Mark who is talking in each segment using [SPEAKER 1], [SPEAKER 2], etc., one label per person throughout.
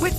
[SPEAKER 1] With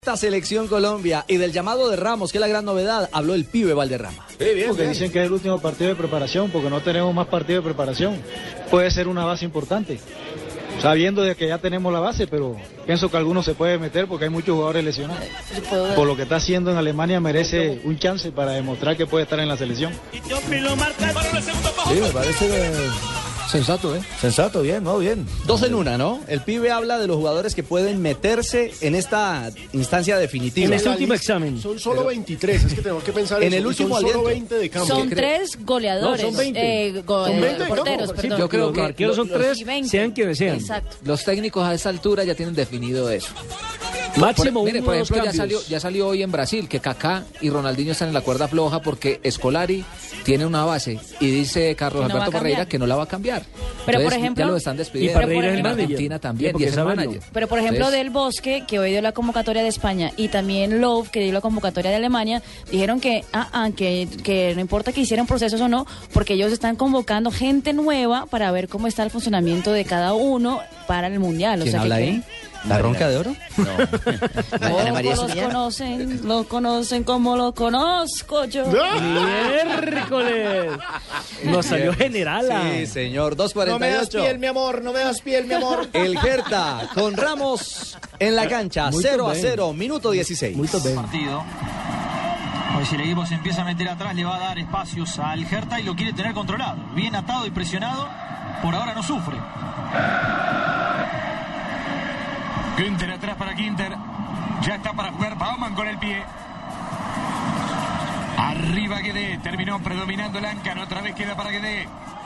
[SPEAKER 2] Esta selección Colombia y del llamado de Ramos, que es la gran novedad, habló el pibe Valderrama.
[SPEAKER 3] porque dicen que es el último partido de preparación, porque no tenemos más partido de preparación. Puede ser una base importante, sabiendo de que ya tenemos la base, pero pienso que algunos se puede meter porque hay muchos jugadores lesionados. Por lo que está haciendo en Alemania merece un chance para demostrar que puede estar en la selección.
[SPEAKER 4] Sí, me parece eh,
[SPEAKER 2] Sensato, ¿eh?
[SPEAKER 4] sensato, bien, no, bien.
[SPEAKER 2] Dos en una, ¿no? El pibe habla de los jugadores que pueden meterse en esta instancia definitiva.
[SPEAKER 5] En este último examen.
[SPEAKER 6] Son solo 23, es que tenemos que pensar
[SPEAKER 2] En
[SPEAKER 6] eso,
[SPEAKER 2] el
[SPEAKER 6] y
[SPEAKER 2] último
[SPEAKER 6] son solo 20
[SPEAKER 2] aliento.
[SPEAKER 6] de cambio.
[SPEAKER 7] Son
[SPEAKER 2] creo-
[SPEAKER 7] tres goleadores.
[SPEAKER 5] No, son 20.
[SPEAKER 7] eh, go-
[SPEAKER 6] Son
[SPEAKER 7] eh,
[SPEAKER 6] 20 de
[SPEAKER 7] porteros,
[SPEAKER 6] campo, sí.
[SPEAKER 7] perdón.
[SPEAKER 2] Yo creo
[SPEAKER 5] Los
[SPEAKER 2] que
[SPEAKER 5] arqueros son
[SPEAKER 7] los-
[SPEAKER 5] tres,
[SPEAKER 7] y 20.
[SPEAKER 5] sean quienes sean.
[SPEAKER 7] Exacto.
[SPEAKER 8] Los técnicos a esa altura ya tienen definido eso. Por-
[SPEAKER 5] Máximo
[SPEAKER 8] mire,
[SPEAKER 5] uno
[SPEAKER 8] por
[SPEAKER 5] o dos
[SPEAKER 8] ejemplo, ya
[SPEAKER 5] cambios.
[SPEAKER 8] salió, ya salió hoy en Brasil que Kaká y Ronaldinho están en la cuerda floja porque Escolari tiene una base y dice Carlos
[SPEAKER 7] Que no va a
[SPEAKER 8] Alberto
[SPEAKER 7] cambiar.
[SPEAKER 8] Ferreira que no la va a cambiar.
[SPEAKER 7] Pero, por
[SPEAKER 8] Entonces,
[SPEAKER 7] ejemplo-
[SPEAKER 8] ya lo están
[SPEAKER 5] Y
[SPEAKER 8] despidiendo.
[SPEAKER 5] Parreira es el
[SPEAKER 8] en
[SPEAKER 5] manager.
[SPEAKER 8] Argentina
[SPEAKER 5] Tiene
[SPEAKER 8] también,
[SPEAKER 5] por
[SPEAKER 8] y
[SPEAKER 5] qué
[SPEAKER 8] es el
[SPEAKER 5] saberlo.
[SPEAKER 8] manager.
[SPEAKER 7] Pero por ejemplo
[SPEAKER 8] Entonces,
[SPEAKER 7] Del Bosque, que hoy dio la convocatoria de España, y también Love, que dio la convocatoria de Alemania, dijeron que, ah, ah, que, que no importa que hicieran procesos o no, porque ellos están convocando gente nueva para ver cómo está el funcionamiento de cada uno para el Mundial. O
[SPEAKER 2] ¿Quién
[SPEAKER 7] sea, que
[SPEAKER 2] habla ahí?
[SPEAKER 7] creen-
[SPEAKER 2] ¿La ronca de oro?
[SPEAKER 7] Oh, los conocen, los conocen como los conozco yo.
[SPEAKER 5] Miércoles. Nos salió generala.
[SPEAKER 2] Sí, señor. 2.48.
[SPEAKER 4] No me das piel, mi amor, no me das piel, mi amor.
[SPEAKER 2] El Gerta con Ramos en la cancha, 0 a 0, minuto 16.
[SPEAKER 3] partido. Pues si el equipo se empieza a meter atrás, le va a dar espacios al Gerta y lo quiere tener controlado. Bien atado y presionado, por ahora no sufre. Günther atrás para Quinter. Ya está para jugar Bauman con el pie. Arriba Guede, terminó predominando el Ancan, otra vez queda para Guede.